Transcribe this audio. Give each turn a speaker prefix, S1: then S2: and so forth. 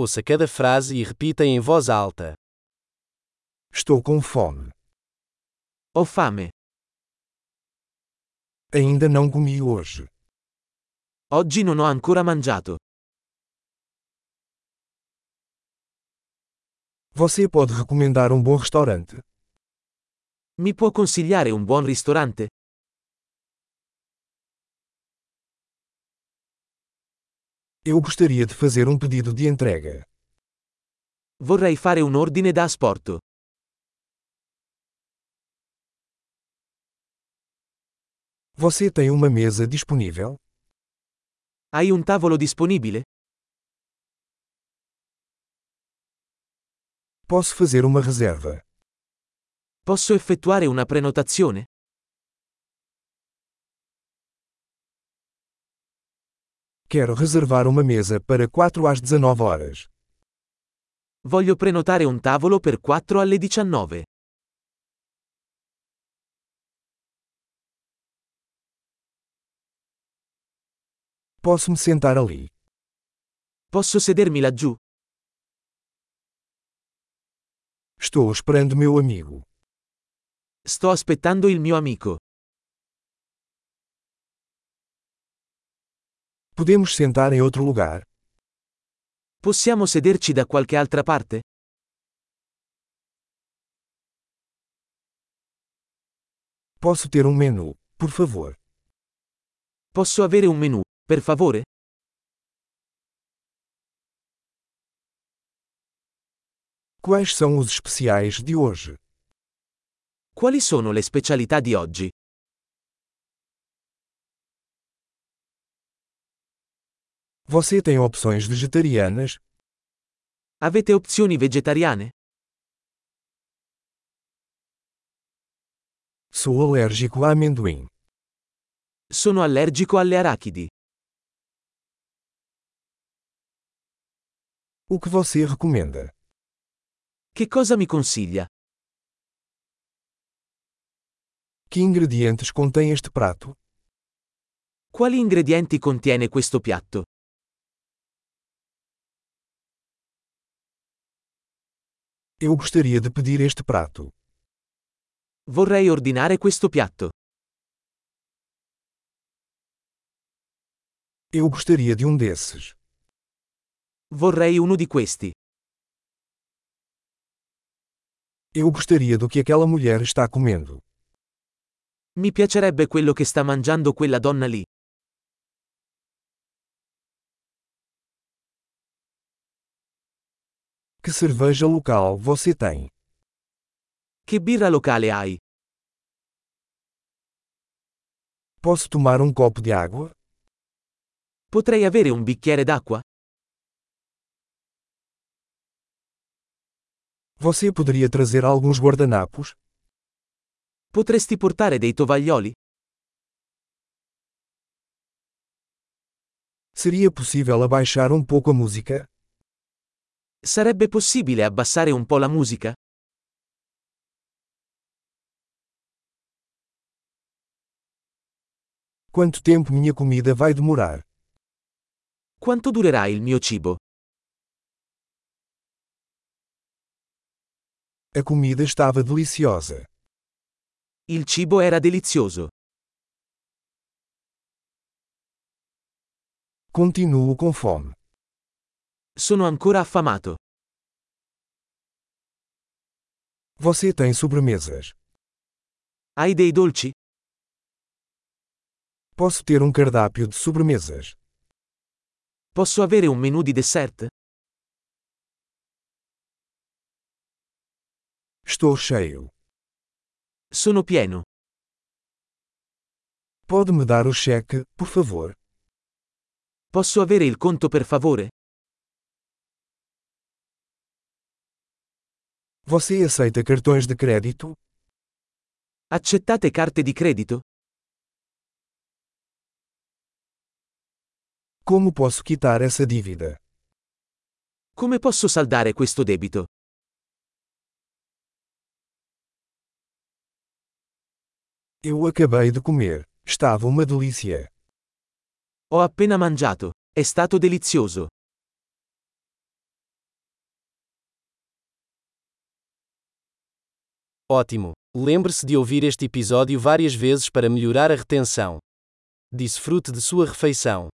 S1: Ouça cada frase e repita em voz alta.
S2: Estou com fome.
S1: Ho fame.
S2: Ainda não comi hoje.
S1: Oggi non ho ancora mangiato.
S2: Você pode recomendar um bom restaurante?
S1: Mi può consigliare un buon ristorante?
S2: Eu gostaria de fazer um pedido de entrega.
S1: Vorrei fare un ordine da asporto.
S2: Você tem uma mesa disponível?
S1: Hai un tavolo disponibile?
S2: Posso fazer uma reserva.
S1: Posso effettuare una prenotazione?
S2: Quero reservar uma mesa para 4 às 19 horas.
S1: Voglio prenotare un tavolo per 4 alle 19.
S2: Posso me sentar ali?
S1: Posso sedermi laggiù?
S2: Estou esperando meu amigo.
S1: Sto aspettando il mio amico.
S2: Podemos sentar em outro lugar?
S1: Possiamo sederci da qualche altra parte?
S2: Posso ter um menu, por favor.
S1: Posso avere un menù, per favore?
S2: Quais são os especiais de hoje?
S1: Quali sono le specialità di oggi?
S2: Você tem opções vegetarianas?
S1: Avete opzioni vegetariane?
S2: Sou alérgico a amendoim.
S1: Sono allergico alle arachidi.
S2: O que você recomenda?
S1: Che cosa mi consiglia?
S2: Que ingredientes contém este prato?
S1: Quali ingredienti contiene questo piatto?
S2: Eu gostaria de pedir este prato.
S1: Vorrei ordinare questo piatto.
S2: Eu gostaria de um desses.
S1: Vorrei uno di questi.
S2: Eu gostaria do que aquela mulher está comendo.
S1: Mi piacerebbe quello che sta mangiando quella donna lì.
S2: Que cerveja local você tem?
S1: Che birra locale hai?
S2: Posso tomar um copo de água?
S1: Potrei avere un bicchiere d'acqua?
S2: Você poderia trazer alguns guardanapos?
S1: Potresti portare dei tovaglioli?
S2: Seria possível abaixar um pouco a música?
S1: Sarebbe possibile abbassare un po' la musica?
S2: Quanto tempo minha comida vai demorar?
S1: Quanto durerà il mio cibo?
S2: A comida estava deliciosa.
S1: Il cibo era delizioso.
S2: Continuo com fome.
S1: Sono ancora affamato.
S2: Você tem sobremesas?
S1: Hai dei dolci?
S2: Posso ter um cardápio de sobremesas?
S1: Posso avere un menù di dessert?
S2: Estou cheio.
S1: Sono pieno.
S2: Pode me dar o cheque, por favor?
S1: Posso avere il conto per favore?
S2: Você aceita cartões de crédito?
S1: Accettate carte di credito?
S2: Como posso quitar essa dívida?
S1: Come posso saldare questo debito?
S2: Eu acabei de comer. Estava uma delícia.
S1: Ho appena mangiato. È stato delizioso.
S2: Ótimo! Lembre-se de ouvir este episódio várias vezes para melhorar a retenção. Desfrute de sua refeição.